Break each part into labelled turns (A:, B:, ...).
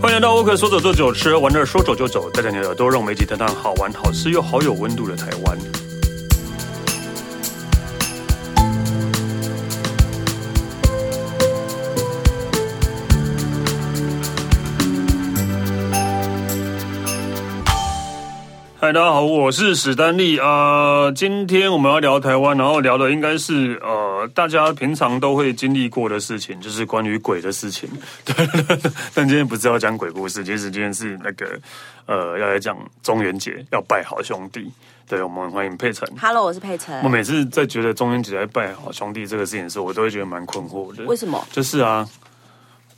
A: 欢迎来到沃克，说走就走，吃玩乐说走就走，带着你的耳朵，让我们一起探探好玩、好吃又好有温度的台湾。嗨，大家好，我是史丹利啊、呃今天我们要聊台湾，然后聊的应该是呃，大家平常都会经历过的事情，就是关于鬼的事情。 对，但今天不是要讲鬼故事，其实今天是那个呃，要来讲中元节要拜好兄弟。对，我们欢迎佩晨。
B: Hello，我是佩
A: 我
B: 晨。
A: 每次在觉得中元节在拜好兄弟这个事情的时候，我都会觉得蛮困惑的。
B: 为什么
A: 就是啊，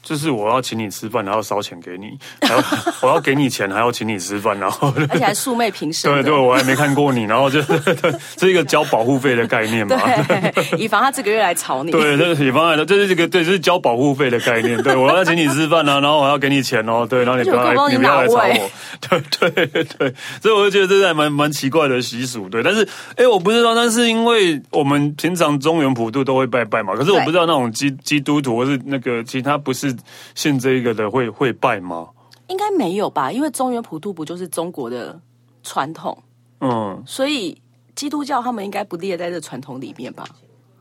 A: 就是我要请你吃饭，然后烧钱给你，然后我要 给你钱，还要请你吃饭，然后
B: 而且还素昧平生
A: 对
B: 的。
A: 对，我还没看过你，然后就 是一个交保护费的概念嘛。
B: 对 以防他这个月来吵你。
A: 对，这是也方来的，这是这个对，这是交保护费的概念。对我要请你吃饭啊，然后我要给你钱哦，对，然后你不要
B: 而且我
A: 来，
B: 根
A: 不
B: 本
A: 要
B: 不
A: 来
B: 知
A: 吵
B: 道
A: 我。 对对对，所以我就觉得这是还蛮蛮奇怪的习俗。对，但是哎，我不知道，但是因为我们平常中原普渡都会拜拜嘛，可是我
B: 对
A: 不知道那种基基督徒或是那个其他不是信这一个的会会拜吗？
B: 应该没有吧？因为中原普渡不就是中国的传统，
A: 嗯，
B: 所以基督教他们应该不列在这传统里面吧？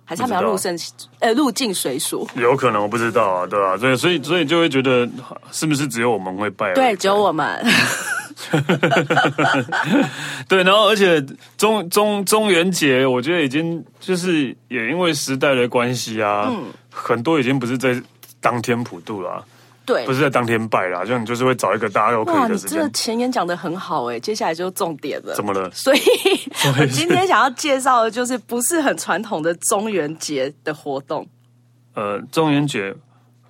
B: 还是他们要
A: 不
B: 入
A: 知
B: 圣呃入境随俗？
A: 有可能我不知道啊，对吧、啊？所以所以所以就会觉得是不是只有我们会拜而已？
B: 对，只有 我们
A: 对，然后而且中中中元节，我觉得已经就是也因为时代的关系啊，
B: 嗯
A: 很多已经不是在当天普渡啦、
B: 对
A: 不。是在当天拜啦，就你就是会找一个大家都可
B: 哇，
A: 以的
B: 你
A: 时
B: 这个
A: 间。
B: 前言讲的很好哎、接下来就是重点了。
A: 怎么了？
B: 所以，我 今天想要介绍的就是不是很传统的中元节的活动。
A: 呃，中元节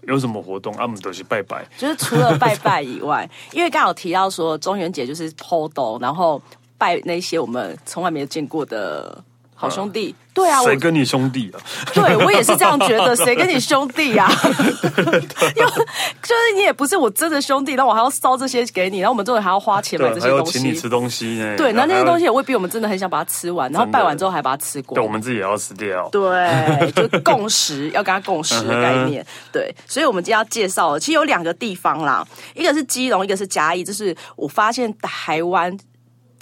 A: 有什么活动？阿姆都是拜拜，
B: 就是除了拜拜以外，因为刚好提到说中元节就是剖斗，然后拜那些我们从来没有见过的好兄弟。对啊，我
A: 呃谁跟你兄弟啊？
B: 对我也是这样觉得，谁跟你兄弟 呀、啊？因为就是你也不是我真的兄弟，然后我还要烧这些给你，然后我们这里还要花钱买这
A: 还
B: 些
A: 要
B: 东
A: 请你
B: 西
A: 吃。东西呢。
B: 对，那那
A: 还
B: 些
A: 要
B: 东西，也未必我们真的很想把它吃完，然后
A: 真的
B: 拜完之后还把它吃光
A: 对，我。们自己也要吃掉。
B: 对，就共识，要跟他共识的概念。对，所以我们今天要介绍的，其实有两个地方啦，一个是基隆，一个是嘉义。就是我发现台湾，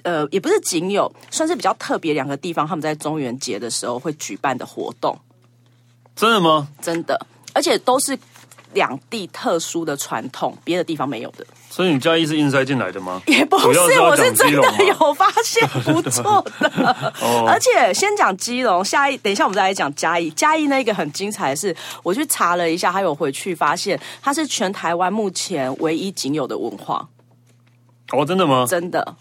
B: 呃，也不是仅有，算是比较特别两个地方，他们在中元节的时候会举办的活动，
A: 真的吗？
B: 真的，而且都是两地特殊的传统，别的地方没有的。
A: 所以你嘉义是硬塞进来的 吗？
B: 也不
A: 主要是
B: 是，
A: 要
B: 我是
A: 讲
B: 真
A: 基隆啊哦嘛
B: 的有发现不错 的。而且先讲基隆，下一等一下我们再来讲嘉义。嘉义那个很精彩的是，我去查了一下，还有回去发现它是全台湾目前唯一仅有的文化，
A: 哦，真的吗？
B: 真的。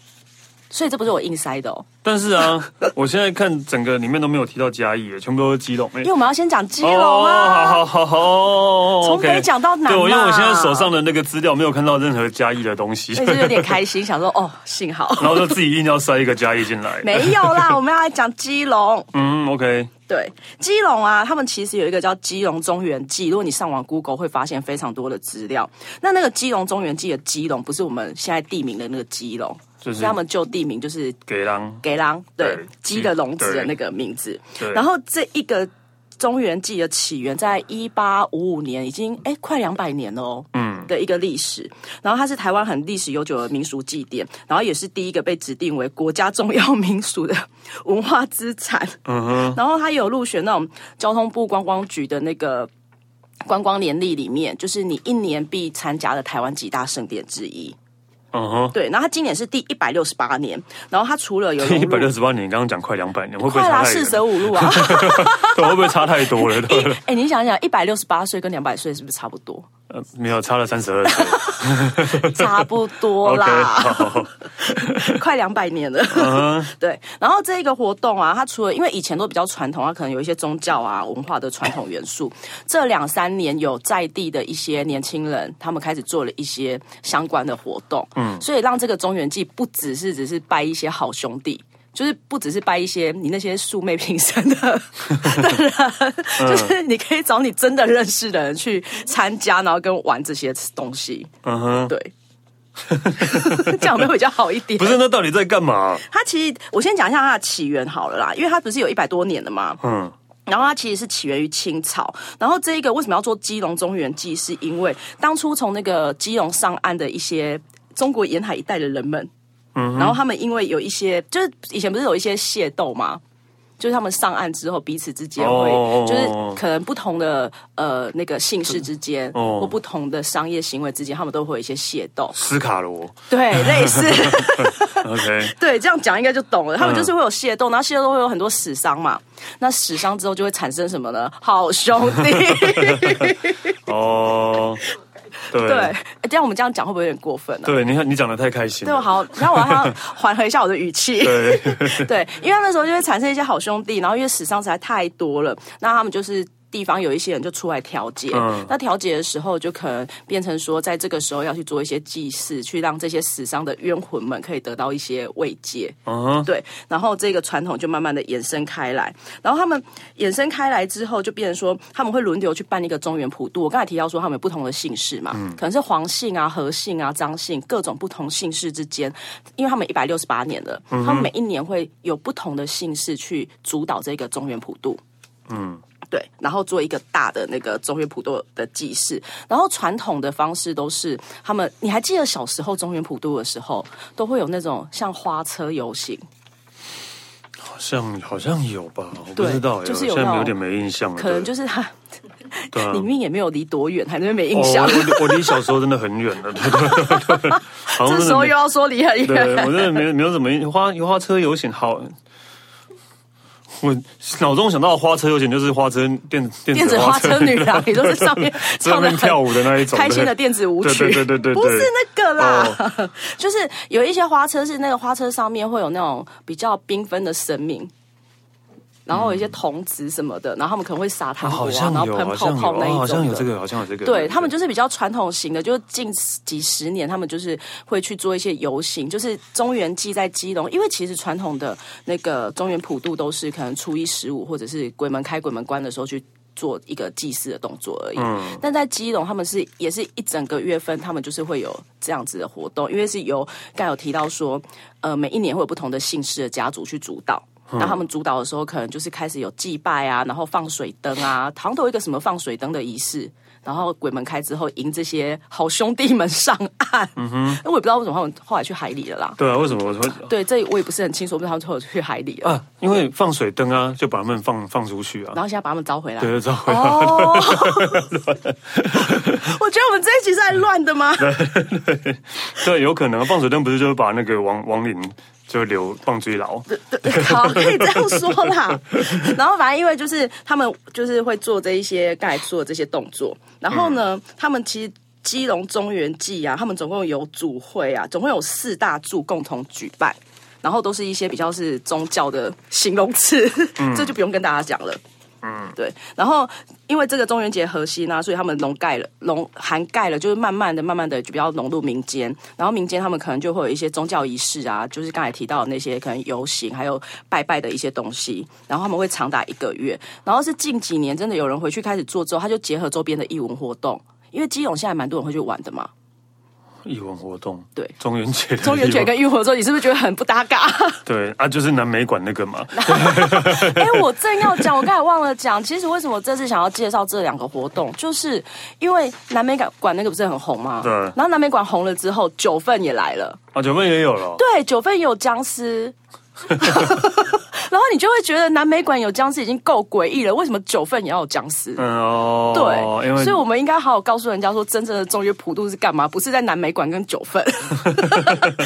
B: 所以这不是我硬塞的哦，
A: 但是啊，我现在看整个里面都没有提到嘉义耶，全部都是基隆。哎
B: 因为我们要先讲基隆
A: 哦，
B: 啊。
A: 好好好好，
B: 从北
A: OK
B: 讲到南嘛
A: 对，我因为我现在手上的那个资料没有看到任何嘉义的东西，
B: 所以就有点开心，想说哦，幸好
A: 然后就自己硬要塞一个嘉义进来。
B: 没有啦。我们要来讲基隆，
A: 嗯，OK，
B: 对，基隆啊，他们其实有一个叫基隆中原记，如果你上网 Google 会发现非常多的资料。那那个基隆中原记的基隆，不是我们现在地名的那个基隆，
A: 就是
B: 他们旧地名就是
A: 给狼。
B: 给狼，对
A: 对，
B: 鸡的笼子
A: 对
B: 的那个名字。
A: 对，
B: 然后这一个中原记的起源在一八五五年，已经哎快两百年了哦，嗯的一个历史。然后它是台湾很历史悠久的民俗祭典，然后也是第一个被指定为国家重要民俗的文化资产。嗯哼，然后它有入选那种交通部观光局的那个。观光年历里面，就是你一年必参加的台湾几大盛典之一。
A: 嗯哼，
B: 对，然后它今年是第一百六十八年，然后它除了有融
A: 一
B: 入
A: 百六十八年，你刚刚讲快两百年，会不会
B: 快
A: 差
B: 啦，
A: 太
B: 四
A: 远？
B: 舍五入啊，
A: 对，会不会差太多 了？对，
B: 哎、你想想，一百六十八岁跟两百岁是不是差不多？
A: 呃没有差了三十二岁。
B: 差不多
A: OK，
B: 啦，
A: 好，
B: 快两百年了。
A: 嗯
B: 对，然后这个活动啊，它除了因为以前都比较传统，它可能有一些宗教啊、文化的传统元素。这两三年有在地的一些年轻人，他们开始做了一些相关的活动，嗯，所以让这个中原祭不只是只是拜一些好兄弟。就是不只是拜一些你那些素昧平生 的的人，
A: 嗯
B: 就是你可以找你真的认识的人去参加，然后跟玩这些东西。
A: 嗯哼，
B: 对， 这样会比较好一点。
A: 不是，，那到底在干嘛？
B: 它其实我先讲一下它的起源好了啦，因为它不是有一百多年了嘛。
A: 嗯，
B: 然后它其实是起源于清朝，然后这一个为什么要做基隆中原祭，是因为当初从那个基隆上岸的一些中国沿海一带的人们，
A: 嗯
B: 然后他们因为有一些，就是以前不是有一些械斗吗？就是他们上岸之后，彼此之间会
A: 哦
B: 就是可能不同的呃那个姓氏之间，
A: 哦
B: 或不同的商业行为之间，他们都会有一些械斗，
A: 斯卡罗
B: 对，类似。
A: ，OK，
B: 对，这样讲应该就懂了。
A: 嗯
B: 他们就是会有械斗，然后械斗会有很多死伤嘛。那死伤之后就会产生什么呢？好兄 弟。
A: 哦，对
B: 对，诶这样我们这样讲会不会有点过分呢、啊？
A: 对，你看你讲的太开心
B: 对，
A: 了，
B: 好，然后我还要缓和一下我的语气。
A: 对，
B: 对，因为那时候就会产生一些好兄弟，然后因为死伤实在太多了，那他们就是。地方有一些人就出来调解，
A: 嗯
B: 那调解的时候就可能变成说，在这个时候要去做一些祭祀，去让这些死伤的冤魂们可以得到一些慰藉。
A: 嗯哼，
B: 对，然后这个传统就慢慢的延伸开来，然后他们延伸开来之后，就变成说他们会轮流去办一个中原普渡。我刚才提到说他们有不同的姓氏嘛，可能是黄姓啊、何姓啊、张姓各种不同姓氏之间，因为他们一百六十八年了，他们每一年会有不同的姓氏去主导这个中原普渡。对，然后做一个大的那个中原普渡的祭祀，然后传统的方式都是他们，你还记得小时候中原普渡的时候，都会有那种像花车游行，
A: 好像好像有吧，我不
B: 对
A: 知道耶，
B: 就是
A: 我
B: 有
A: 现在
B: 那种
A: 有点没印象了，
B: 可能
A: 对
B: 就是他
A: 对啊
B: 里面也没有离多远，还是没印象。
A: 哦，我我离小时候真的很远了，对对对， 哦好像
B: 这
A: 真
B: 时
A: 的
B: 候
A: 没
B: 又要说离很
A: 对，
B: 远，
A: 我真的没没有怎么印花花车游行好。我脑中想到的花车游行就是花车电电
B: 电
A: 子
B: 子
A: 花
B: 花车女 郎也都是上面
A: 在那
B: 唱的
A: 边跳舞的那一种
B: 开心的电子舞曲，
A: 对对对哦对对对
B: 不是那个 啦，就是有一些花车是那个花车上面会有那种比较缤纷的神明。然后有一些童子什么的，然后他们可能会撒
A: 啊
B: 糖果
A: 好
B: 啊，
A: 像
B: 然后
A: 有，
B: 喷
A: 好
B: 泡
A: 像有，
B: 泡那一
A: 哦
B: 种、
A: 好像有这。个，好像有这个。
B: 对他们就是比较传统型的，就是近几十年他们就是会去做一些游行，就是中原祭在基隆，因为其实传统的那个中原普渡都是可能初一十五或者是鬼门开鬼门关的时候去。做一个祭祀的动作而已，
A: 嗯
B: 但在基隆他们是也是一整个月份，他们就是会有这样子的活动，因为是由刚才有提到说，呃，每一年会有不同的姓氏的家族去主导，
A: 嗯
B: 那他们主导的时候，可能就是开始有祭拜啊，然后放水灯啊，好像都有一个什么放水灯的仪式，然后鬼门开之后，迎这些好兄弟们上岸。嗯哼， 我也不知道为什么他们后来去海里了啦。
A: 对啊，为什么我说
B: 对，这我也不是很清楚，不知道他们后来去海里了，哦
A: 啊？因为放水灯啊，就把他们放放出去啊
B: 然，后现在把他们招回来。
A: 对，啊知道吗？
B: 哦， 我觉得我们这一集是在乱的吗？
A: 对，有可能啊放水灯不是就是把那个亡亡灵就留放追牢？
B: 好，可以这样说 啦。然后反正因为就是他们就是会做这一些盖做这些动作，然后呢，他们其实。基隆中原祭啊，他们总共有组会啊，总共有四大柱共同举办，然后都是一些比较是宗教的形容词， 这就不用跟大家讲了。对，然后因为这个中元节核心啊，所以他们笼盖了、笼涵盖了，就是慢慢的、慢慢的就比较融入民间。然后民间他们可能就会有一些宗教仪式啊，就是刚才提到的那些可能游行，还有拜拜的一些东西。然后他们会长达一个月。然后是近几年真的有人回去开始做之后，他就结合周边的义文活动，因为基隆现在蛮多人会去玩的嘛。
A: 义文活动，
B: 对
A: 中元节的义文，
B: 中元节跟义文活动，你是不是觉得很不搭嘎？
A: 对啊，就是南美馆那个嘛，
B: 哎、我正要讲，我刚才忘了讲。其实为什么这次想要介绍这两个活动，就是因为南美馆那个不是很红吗？
A: 对
B: 然后南美馆红了之后，九份也来了。
A: 啊，九份也有了。
B: 对，九份也有僵 尸。然后你就会觉得南美馆有僵尸已经够诡异了，为什么九份也要有僵尸？
A: 嗯哦，
B: 对，
A: 因为
B: 所以我们应该好好告诉人家说，真正的中约普渡是干嘛？不是在南美馆跟九 份，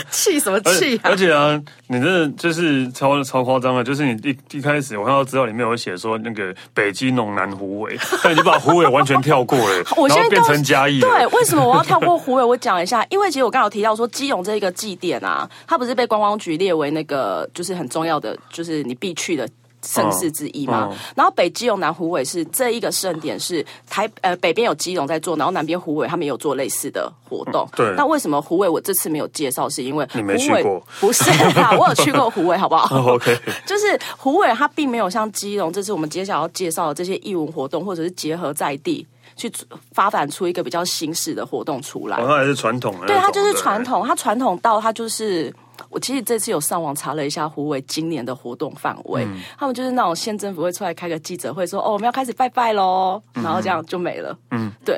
B: 气什么
A: 而且
B: 气啊
A: 而！且啊，你这就是超超夸张了，啊就是你一一开始我看到资料里面有写说那个北基农南虎 尾，但你就把虎尾完全跳过了，
B: 我
A: 然
B: 现
A: 后
B: 在
A: 变
B: 告诉
A: 成嘉义了。
B: 对，为什么我要跳过虎尾？我讲一下，因为其实我刚好提到说，基隆这一个祭典啊，它不是被观光局列为那个就是很重要的，就是你必去的。盛事之一嘛，
A: 嗯嗯
B: 然后北基隆、南虎尾是这一个盛典是台呃北边有基隆在做，然后南边虎尾他们也有做类似的活动。
A: 嗯对
B: 那为什么虎尾我这次没有介绍？是因为
A: 你没去
B: 虎尾
A: 过？
B: 不是啦，我有去过虎尾，好不好？
A: 哦 OK，
B: 就是虎尾，它并没有像基隆这次我们接下来要介绍的这些义文活动，或者是结合在地去发展出一个比较新式的活动出来。
A: 哦好像还是传统的那种，欸
B: 对，它就是传统，它传统到它就是。我其实这次有上网查了一下胡伟今年的活动范围，
A: 嗯
B: 他们就是那种县政府会出来开个记者会说，哦，我们要开始拜拜喽，然后这样就没了。嗯，对，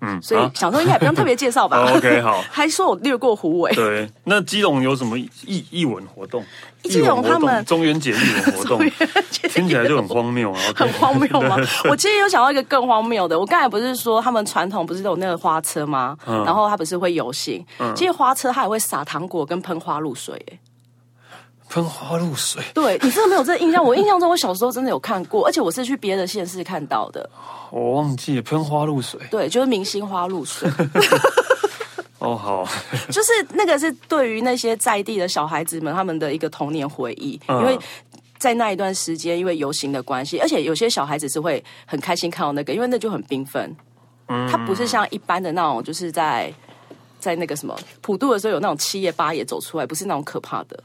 A: 嗯，
B: 所以
A: 啊
B: 想说应该也不用特别介绍吧。
A: 哦，OK，好
B: 还说我略过胡伟，
A: 对，那基隆有什么艺艺文活动？
B: 基隆
A: 艺文活动
B: 他们
A: 中元节艺文活动，听起来就很荒谬啊，
B: 很
A: OK
B: 荒谬吗？我其实有想到一个更荒谬的，我刚才不是说他们传统不是都有那个花车吗？然后他不是会游行，其实花车它也会撒糖果跟喷花露水、欸。
A: 喷花露水，
B: 对你真的没有这个印象？我印象中我小时候真的有看过，而且我是去别的县市看到的。
A: 我忘记了喷花露水。
B: 对，就是明星花露水，
A: 哦，好，
B: 就是那个是对于那些在地的小孩子们他们的一个童年回忆，
A: 嗯
B: 因为。在那一段时间，因为游行的关系，而且有些小孩子是会很开心看到那个，因为那就很缤纷。
A: 嗯
B: 它不是像一般的那种，就是在在那个什么普渡的时候有那种七爷八爷走出来，不是那种可怕的。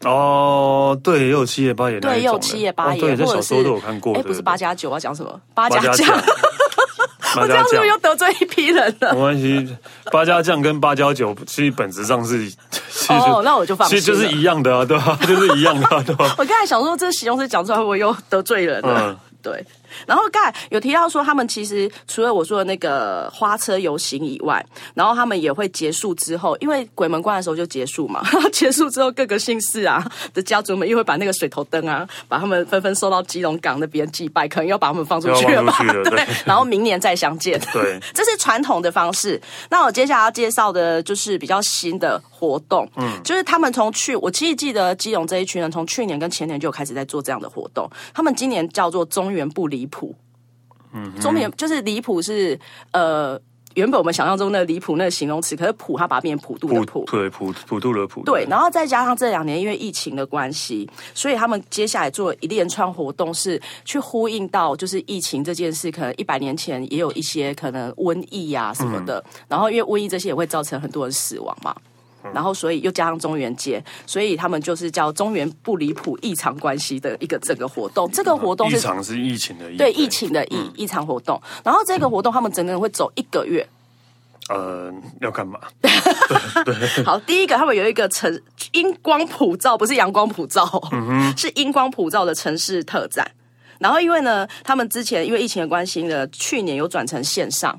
A: 哦，对，也有七爷八爷那
B: 对，
A: 一种的，
B: 也有七爷八
A: 哦
B: 爷，
A: 对，在
B: 或
A: 小
B: 者
A: 时候
B: 是
A: 都有看过
B: 哎，
A: 的，
B: 不是八加九，我要讲什么？八
A: 八啊
B: 加
A: 家
B: 九，
A: 酱，八
B: 我这样
A: 家
B: 是不
A: 酱
B: 是。又得罪一批人了？
A: 没关系，八家酱跟八加九其实本质上是，其实
B: 哦，那我就放
A: 其
B: 心
A: 实就是
B: 了
A: 一样的啊，对吧、 就是一样的、啊，对吧、
B: 我刚才想说，这形容词讲出来，我又得罪人了。
A: 嗯
B: 对，然后刚才有提到说，他们其实除了我说的那个花车游行以外，然后他们也会结束之后，因为鬼门关的时候就结束嘛， 然后结束之后，各个姓氏啊的家族们又会把那个水头灯啊，把他们纷纷送到基隆港那边祭拜，可能要把他们放出去了吧？
A: 要放出去 了对
B: 然后明年再相见。
A: 对，
B: 这是传统的方式。那我接下来要介绍的就是比较新的活动，嗯，就是他们从去，我其实记得基隆这一群人从去年跟前年就有开始在做这样的活动，他们今年叫做中原不离谱，嗯，中原就是离谱是呃。原本我们想象中的离谱那个形容词，可是普它把它变 成普渡的
A: 普
B: 普，
A: 对普普渡的普，
B: 对，然后再加上这两年因为疫情的关系，所以他们接下来做一连串活动，是去呼应到就是疫情这件事，可能一百年前也有一些可能瘟疫呀、什么的，
A: 嗯
B: 然后因为瘟疫这些也会造成很多人死亡嘛。然后，所以又加上中元节，所以他们就是叫中元不离谱异常关系的一个整个活动。这个活动
A: 异
B: 是
A: 常嗯是疫情的疫，
B: 对疫，情的异异常活动。然后这个活动他们整个人会走一个月，
A: 呃，要干嘛？
B: 好，第一个他们有一个城荧光普照，不是阳光普照，是荧光普照的城市特展。然后因为呢，他们之前因为疫情的关系呢，去年有转成线上。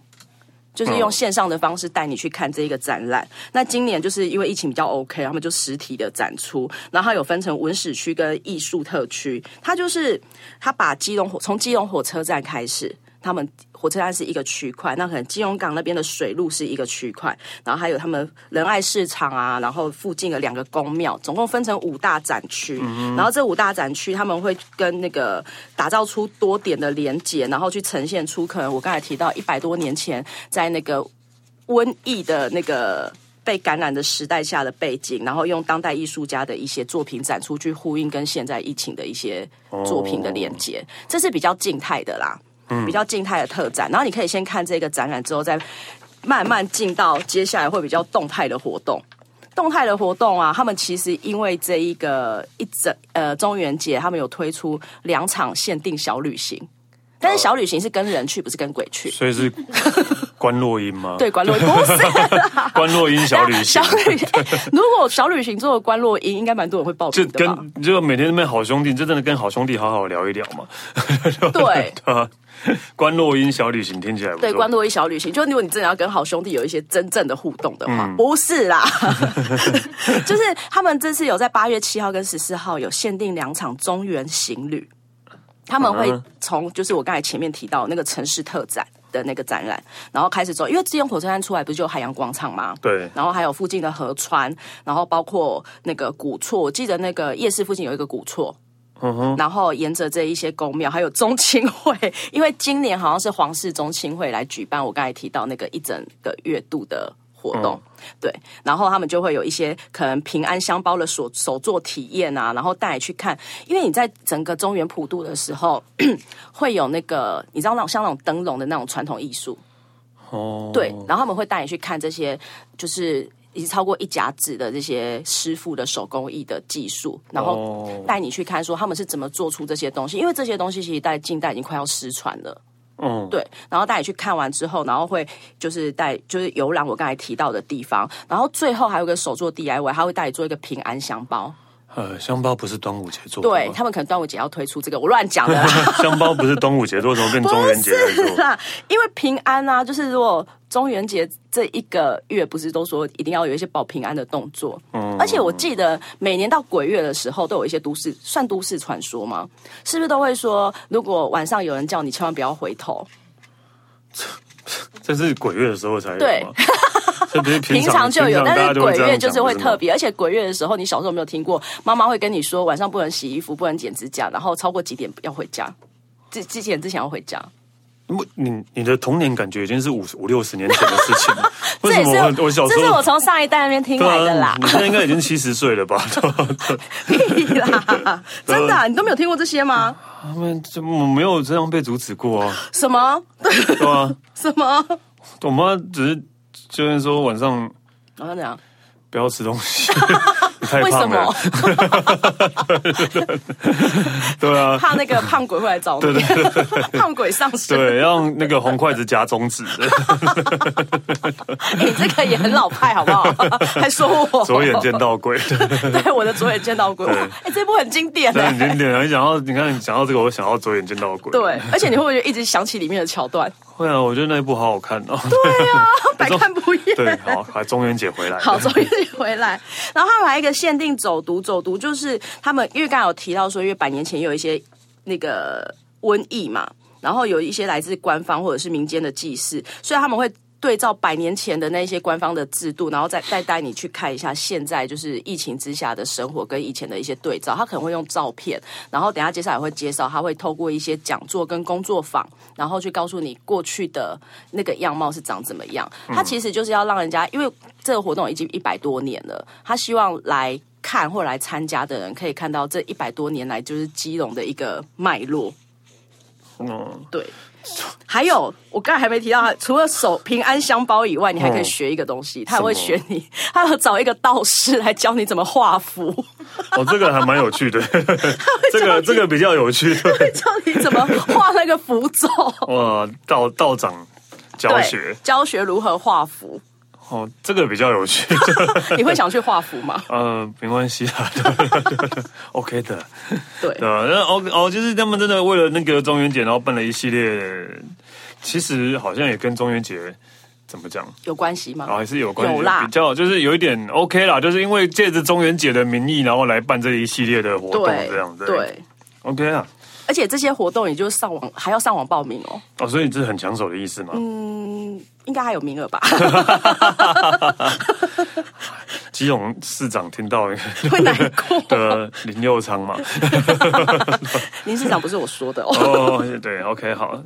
B: 就是用线上的方式带你去看这一个展览。那今年就是因为疫情比较 OK，他们就实体的展出，然后它有分成文史区跟艺术特区。它就是它把基隆火从基隆火车站开始，他们火车站是一个区块，那可能基隆港那边的水路是一个区块，然后还有他们仁爱市场啊，然后附近的两个宫庙，总共分成五大展区。然后这五大展区他们会跟那个打造出多点的连接，然后去呈现出可能我刚才提到一百多年前在那个瘟疫的那个。被感染的时代下的背景，然后用当代艺术家的一些作品展出去呼应跟现在疫情的一些作品的连接，这是比较静态的啦，
A: 嗯
B: 比较静态的特展。然后你可以先看这个展览之后，再慢慢进到接下来会比较动态的活动。动态的活动啊，他们其实因为这一个一整呃中元节，他们有推出两场限定小旅行，但
A: 哦
B: 是小旅行是跟人去，不是跟鬼去。
A: 所以是关洛音吗？
B: 对，，关洛不是啦
A: 关洛音 小旅行
B: 小。旅行、哎如果小旅行做了关洛音，应该蛮多人会报
A: 就
B: 名的吧？
A: 跟就每天那边好兄弟，就真的跟好兄弟好好聊一聊嘛。
B: 对
A: 啊，关洛音小旅行听起来不错。
B: 对，关洛一小旅行，就是如果你真的要跟好兄弟有一些真正的互动的话，不是啦， 就是他们这次有在八月七号跟十四号有限定两场中原行旅，他们会
A: 嗯
B: 从就是我刚才前面提到那个城市特展。的那个展览，然后开始走，因为之前火车站出来不是就有海洋广场吗？
A: 对
B: 然后还有附近的河川，然后包括那个古厝，我记得那个夜市附近有一个古厝，
A: 嗯
B: 然后沿着这一些宫庙，还有中青会， 因为今年好像是皇室中青会来举办我刚才提到那个一整个月度的活动，对，然后他们就会有一些可能平安箱包的手手作体验啊，然后带你去看，因为你在整个中原普渡的时候， 会有那个你知道那种像那种灯笼的那种传统艺术，
A: 哦，
B: 对，然后他们会带你去看这些，就是已经超过一甲子的这些师傅的手工艺的技术，然后
A: 哦
B: 带你去看说他们是怎么做出这些东西，因为这些东西其实在近代已经快要失传了。
A: 嗯，
B: 对，然后带你去看完之后，然后会就是带就是游览我刚才提到的地方，然后最后还有个手做 DIY，他会带你做一个平安香包。
A: 呃，香包不是端午节做的吗，
B: 对他们可能端午节要推出这个，我乱讲的啦。
A: 香包不是端午节做，怎么变中元节来
B: 是
A: 做？
B: 啦，因为平安啊，就是如果中元节这一个月，不是都说一定要有一些保平安的动作。
A: 嗯
B: 而且我记得每年到鬼月的时候，都有一些都市算都市传说吗？是不是都会说，如果晚上有人叫你，千万不要回头。
A: 这是鬼月的时候才有
B: 对
A: 吗？这不是平
B: 平
A: 常
B: 常就有，
A: 平常大家
B: 但是
A: 都会
B: 鬼
A: 这样
B: 月
A: 讲
B: 就是会
A: 不
B: 特
A: 吗
B: 别，而且鬼月的时候，你小时候有没有听过？妈妈会跟你说，晚上不能洗衣服，不能剪指甲，然后超过几点要回家。之之前之前要回家，
A: 不你你的童年感觉已经是五十五六十年前的事情了，为
B: 这
A: 什
B: 也
A: 么
B: 是
A: 我我小时
B: 这是我
A: 候？
B: 从上一代那边听
A: 对
B: 来的啦
A: 啊，。你现在应该已经七十岁 了吧？对吧
B: 屁啦，真的啊、你都没有听过这些吗？
A: 他们就我没有这样被阻止过啊，
B: 什么
A: 对吧？
B: 什么？
A: 我妈只是就是说晚上
B: 好像怎啊样？
A: 不要吃东 西，你太
B: 为什
A: 胖了
B: 么，
A: 对啊，
B: 怕那个胖鬼会来找你？ 胖鬼上身，
A: 对，让那个红筷子夹中指的，
B: 你哎这个也很老派，好不 好？还说我
A: 左眼见，到鬼。
B: 对我的左眼见到鬼。哇
A: 对
B: 哎、这部很经典欸的、
A: 但你点点，你想哦到，你看你想到这个，我想到左眼见到鬼。
B: 对，而且你会不会一直想起里面的桥段？
A: 会啊，我觉得那一部好好看哦。
B: 啊百看不厌。
A: 对，好，还中元节回来了。
B: 好，终于回来。然后他们还有一个限定走读，走读就是他们因为刚才有提到说，因为百年前有一些那个瘟疫嘛，然后有一些来自官方或者是民间的祭祀，所以他们会。对照百年前的那些官方的制度，然后再再带你去看一下现在就是疫情之下的生活跟以前的一些对照。他可能会用照片，然后等一下接下来会介绍，他会透过一些讲座跟工作坊，然后去告诉你过去的那个样貌是长怎么样。他其实就是要让人家，因为这个活动已经一百多年了，他希望来看或来参加的人可以看到这一百多年来就是基隆的一个脉络。
A: 嗯，
B: 对，还有我刚才还没提到，除了手平安香包以外，你还可以
A: 嗯
B: 学一个东西，他还会
A: 什么
B: 学你， 他要找一个道士来教你怎么画符，
A: 哦，这个还蛮有趣 的，这个这个比较有趣的。
B: 教你怎么画那个符咒。
A: 哇，道道长 教
B: 对，
A: 学，
B: 教学如何画符，
A: 哦，这个比较有趣。
B: 你会想去画符吗？
A: 呃，没关系啦，对对对对，OK 的。
B: 对
A: 对，啊，那哦哦，就是他们真的为了那个中元节，然后办了一系列，其实好像也跟中元节怎么讲，
B: 有关系吗？
A: 然后哦还是有关系，
B: 有啦
A: 比较就是有一点 OK 啦，就是因为借着中元节的名义，然后来办这一系列的活动
B: 对，
A: 这样子，
B: 对，
A: ，OK 啊，
B: 而且这些活动也就是上网还要上网报名哦，
A: 哦，所以这是很抢手的意思嘛，
B: 嗯应该还有名额 吧？
A: 基隆市长听到
B: 会难 过。
A: 的林佑昌 嘛，
B: 林市长不是我说的哦。
A: 哦，对，OK，好，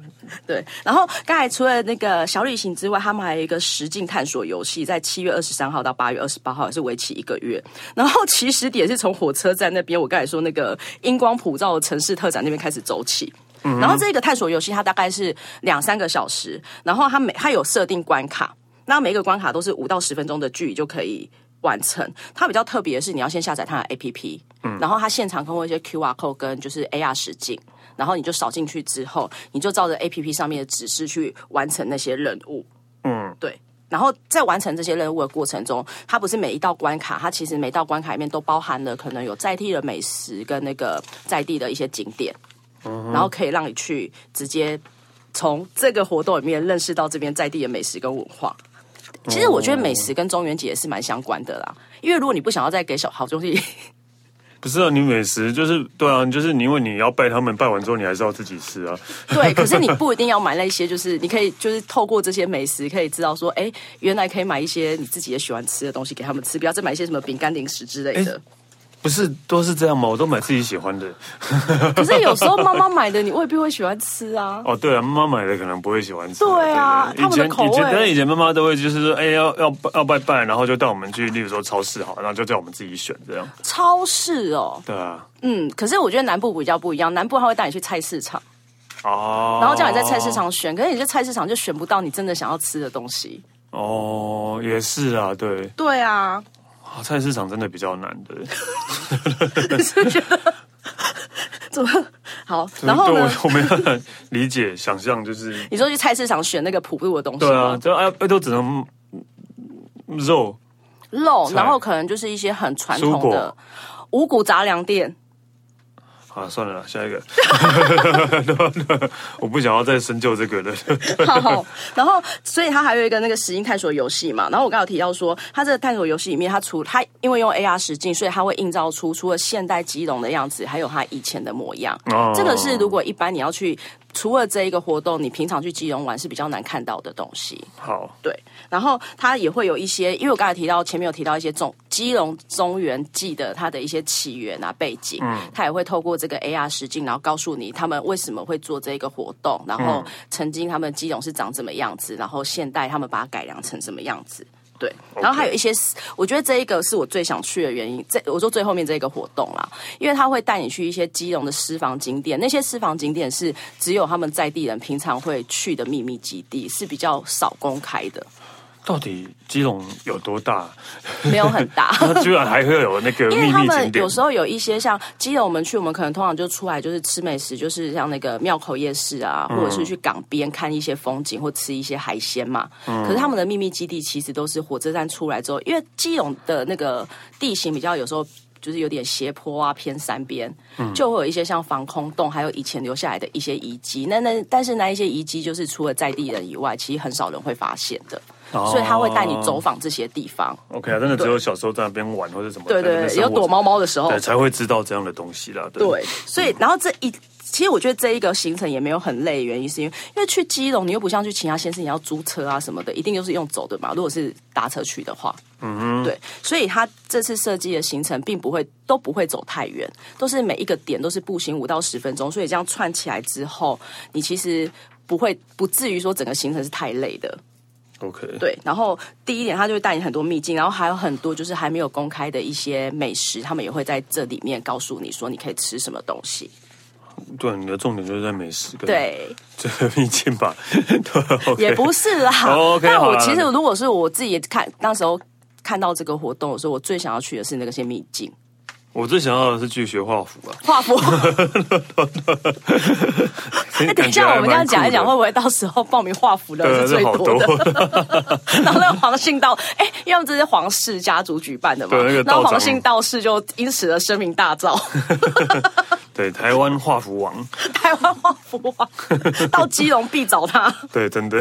B: 对，然后刚才除了那个小旅行之外，他们还有一个实境探索游戏，在七月二十三号到八月二十八号，也是为期一个月。然后起始点是从火车站那边，我刚才说那个荧光普照的城市特展那边开始走起。然后这个探索游戏它大概是两三个小时，然后它每它有设定关卡，那每一个关卡都是五到十分钟的距离就可以完成。它比较特别的是，你要先下载它的 APP，嗯，然后它现场通过一些 QR code 跟就是 AR 实境，然后你就扫进去之后，你就照着 APP 上面的指示去完成那些任务。
A: 嗯，
B: 对。然后在完成这些任务的过程中，它不是每一道关卡，它其实每道关卡里面都包含了可能有在地的美食跟那个在地的一些景点，然后可以让你去直接从这个活动里面认识到这边在地的美食跟文化。其实我觉得美食跟中元节也是蛮相关的啦，因为如果你不想要再给小好东西，
A: 不是啊，你美食就是对啊，就是你因为你要拜他们，拜完之后你还是要自己吃啊，
B: 对，可是你不一定要买那些，就是你可以就是透过这些美食可以知道说，哎，原来可以买一些你自己也喜欢吃的东西给他们吃，不要再买一些什么饼干零食之类的。
A: 不是都是这样吗？我都买自己喜欢的。
B: 可是有时候妈妈买的你未必会喜欢吃啊。
A: 哦，对啊，妈妈买的可能不会喜欢吃。
B: 对啊
A: 对对
B: 他们的口味
A: 以前以前，但以前妈妈都会就是说，哎，要要要拜拜，然后就带我们去，例如说超市好，然后就叫我们自己选这样。
B: 超市哦，
A: 对啊，
B: 嗯，可是我觉得南部比较不一样，南部他会带你去菜市场，
A: 哦，
B: 然后叫你在菜市。场选，可是你在菜市场就选不到你真的想要吃的东西。
A: 哦，也是啊，对，
B: 对啊，
A: 啊菜市场真的比较难的。
B: 你是不是觉得怎么 好，然后
A: 对
B: 呢
A: 我？我没有很理解想象，就是
B: 你说去菜市场选那个普布的东西
A: 对啊，
B: 吗？
A: 这哎都只能肉
B: 肉，
A: 菜
B: 然后可能就是一些很传
A: 蔬
B: 统
A: 果
B: 的五谷杂粮店。
A: 啊，算了啦，下一个， 我不想要再深究这个了。
B: 好，然后所以它还有一个那个实境探索游戏嘛。然后我刚刚有提到说，它这个探索游戏里面，它除它因为用 AR 实境，所以它会映照出除了现代基隆的样子，还有它以前的模样。
A: 哦
B: 这个是如果一般你要去除了这一个活动，你平常去基隆玩是比较难看到的东西。
A: 好，
B: 对，然后它也会有一些，因为我刚才提到前面有提到一些中基隆中原记的它的一些起源啊背景，它也会透过这个 AR 实境，然后告诉你他们为什么会做这个活动，然后曾经他们基隆是长怎么样子，然后现代他们把它改良成什么样子。对，然后还有一些是，我觉得这一个是我最想去的原因。这我说最后面这一个活动啦，因为他会带你去一些基隆的私房景点，那些私房景点是只有他们在地人平常会去的秘密基地，是比较少公开的，
A: 到底基隆有多大？
B: 没有很大。
A: 它居然还会有那个
B: 因为
A: 秘
B: 他
A: 密景
B: 们
A: 点
B: 有时候有一些像基隆，我们去我们可能通常就出来就是吃美食，就是像那个庙口夜市啊，或
A: 嗯
B: 者是去港边看一些风景或吃一些海鲜嘛。
A: 嗯
B: 可是他们的秘密基地其实都是火车站出来之后，因为基隆的那个地形比较有时候。就是有点斜坡啊，偏山边，
A: 嗯
B: 就会有一些像防空洞，还有以前留下来的一些遗迹。那那但是那一些遗迹，就是除了在地人以外，其实很少人会发现的，所以他会带你走。
A: 哦
B: 访这些地方。
A: OK 啊，真的只有小时候在那边玩或者什么，
B: 对
A: 在那边
B: 对，
A: 生
B: 有
A: 活
B: 躲猫猫的时候，
A: 对才会知道这样的东西啦。嗯
B: 对，所以然后这一。其实我觉得这一个行程也没有很累，的原因是因为因为去基隆你又不像去其他县市，你要租车啊什么的，一定就是用走的嘛。如果是搭车去的话，嗯对，所以他这次设计的行程并不会都不会走太远，都是每一个点都是步行五到十分钟，所以这样串起来之后，你其实不会不至于说整个行程是太累的。
A: OK，
B: 对，然后第一点，他就会带你很多秘境，然后还有很多就是还没有公开的一些美食，他们也会在这里面告诉你说你可以吃什么东西。
A: 对，啊你的重点就是在美食跟
B: 对，
A: 这个秘境吧。 对，OK，啊
B: 也不是啦。
A: 哦，OK，
B: 那
A: 好
B: 我
A: 啦
B: 其实如果是我自己看那时候看到这个活动的时候，我最想要去的是那个些秘 境。
A: 我最想要的是去学画符啊。
B: 画符，
A: 那
B: 哎等一下我们这样讲一讲，会不会到时候报名画符的
A: 对，
B: 人是最
A: 这好
B: 多
A: 多
B: 的？。 然后那个黄姓道，哎、因为他们这是皇室家族举办的嘛，
A: 对那个
B: 然
A: 道
B: 后
A: 长
B: 黄姓道士就因此而声名大 噪。
A: 对，台湾画符王，
B: 台湾画符画，到基隆必找他。
A: 对，真的。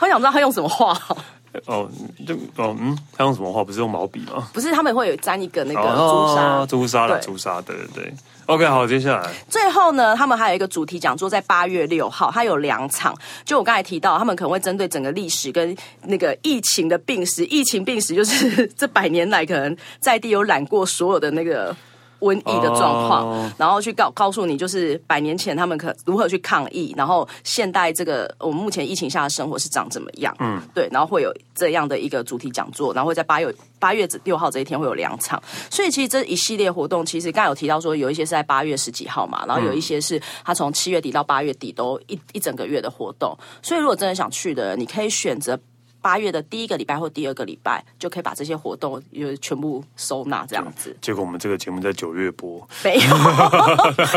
B: 我想知道他用什么画，
A: 哦，就哦，嗯，他用什么画？不是用毛笔吗？
B: 不是他们会有沾一个那个朱砂。
A: 哦，朱砂了，
B: 对
A: 朱砂，对对对。OK，好，接下来
B: 最后呢，他们还有一个主题讲座在八月六号，它有两场。就我刚才提到，他们可能会针对整个历史跟那个疫情的病史，疫情病史就是这百年来可能在地有染过所有的那个。瘟疫的状况
A: 哦
B: 然后去告告诉你，就是百年前他们可如何去抗疫，然后现代这个我们目前疫情下的生活是长怎么样？嗯，对，然后会有这样的一个主题讲座，然后会在八月八月六号这一天会有两场，所以其实这一系列活动，其实刚才有提到说有一些是在八月十几号嘛，然后有一些是它从七月底到八月底都一一整个月的活动，所以如果真的想去的人，你可以选择。八月的第一个礼拜或第二个礼拜，就可以把这些活动就是全部收纳这样子。
A: 结果我们这个节目在九月播，
B: 没有，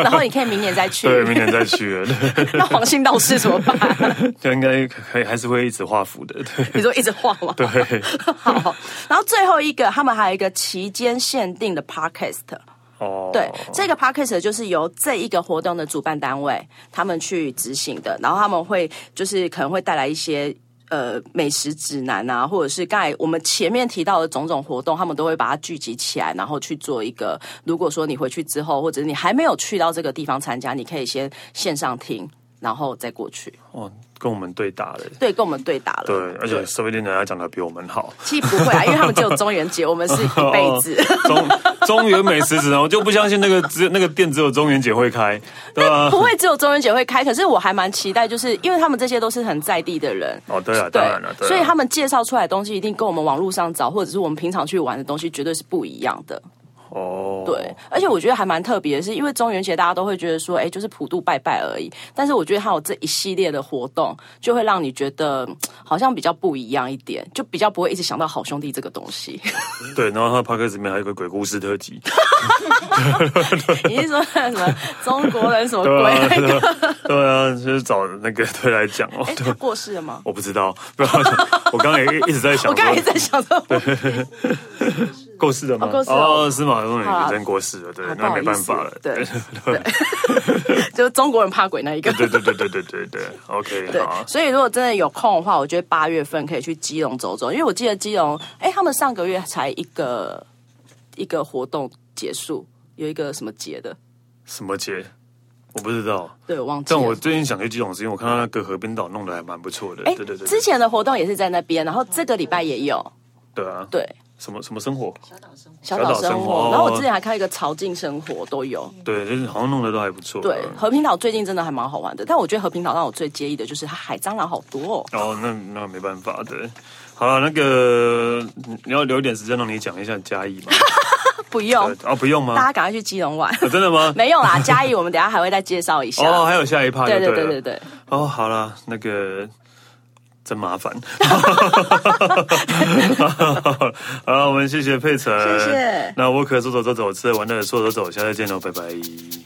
B: 然后你可以明年再去。
A: 对，明年再去了。
B: 那黄信道士怎么办？
A: 对， 应该可以，还是会一直画符的。对
B: 你说一直晃吗？
A: 对，
B: 好，然后最后一个，他们还有一个期间限定的 podcast。
A: 哦，
B: 对，这个 podcast 就是由这一个活动的主办单位他们去执行的，然后他们会就是可能会带来一些。呃，美食指南啊，或者是刚才我们前面提到的种种活动，他们都会把它聚集起来，然后去做一个。如果说你回去之后，或者是你还没有去到这个地方参加，你可以先线上听，然后再过去。
A: 哦，跟我们对打了。
B: 对，跟我们对打了。
A: 对，而且说不定人家讲的比我们好。
B: 其实不会啊，因为他们只有中元节，我们 是一辈子。
A: 中中原美食指南，我就不相信那个只那个店只有中元节会开，对吧？
B: 不会只有中元节会开，可是我还蛮期待，就是因为他们这些都是很在地的人，
A: 哦，对啊，当然了，对啊
B: 所以他们介绍出来的东西一定跟我们网络上找或者是我们平常去玩的东西绝对是不一样的。
A: 哦，
B: 对，而且我觉得还蛮特别的是，因为中元节大家都会觉得说，哎，就是普渡拜拜而已。但是我觉得它有这一系列的活动，就会让你觉得嗯好像比较不一样一点，就比较不会一直想到好兄弟这个东 西。
A: 对，然后他 p o d c a s 里面还有一个鬼故事特 辑，
B: 你是说那什么中国人什么
A: 对啊，
B: 鬼？
A: 对啊，对啊，就是找那个对来讲哦
B: 哎，，
A: 对
B: 他过世 了吗？
A: 我不知道，不要，我刚刚也一直在想说，
B: 我刚才也在想说，
A: 过世了吗
B: 哦？过世了
A: 哦，司马光
B: 好
A: 也
B: 啊
A: 真过世了，对
B: 啊，不
A: 那
B: 好
A: 没
B: 意
A: 办
B: 思
A: 法了，
B: 对就是中国人怕鬼那一个。
A: 对对对对对对对，OK，
B: 对
A: 好，，啊
B: 所以如果真的有空的话，我觉得八月份可以去基隆走走，因为我记得基隆，哎，他们上个月才一个一个活动结束，有一个什么节的，
A: 什么节？我不知道，
B: 对我忘记
A: 但
B: 了。
A: 我最近想去基隆，是因为我看到那个河边岛弄得还蛮不错的，
B: 哎
A: 对对，对，
B: 之前的活动也是在那边，然后这个礼拜也有，
A: 对啊，
B: 对，
A: 什么什么生活，
B: 小岛
A: 小岛生
B: 生
A: 活
B: 活，然后我之前还看一个潮境生活都有，
A: 对，就是好像弄得都还不错，
B: 对，和平岛最近真的还蛮好玩的，但我觉得和平岛让我最介意的就是它海蟑螂好多、哦。
A: 哦，那那没办法，对。好了，那个你你要留一点时间让你讲一下嘉义嘛？
B: 不用，
A: 对哦， 不用
B: 大
A: 吗？
B: 家赶快去基隆玩。
A: 哦真的吗？
B: 没有啦，嘉义我们等一下还会再介绍一下。
A: 哦，还有下一趴就
B: 对
A: 对
B: 对
A: 了。
B: 对对对，
A: 哦，好了，那个真麻烦。好了，我们谢谢佩岑，
B: 谢谢
A: 那我可走走走走，吃的玩的说走走，下次见喽，拜拜。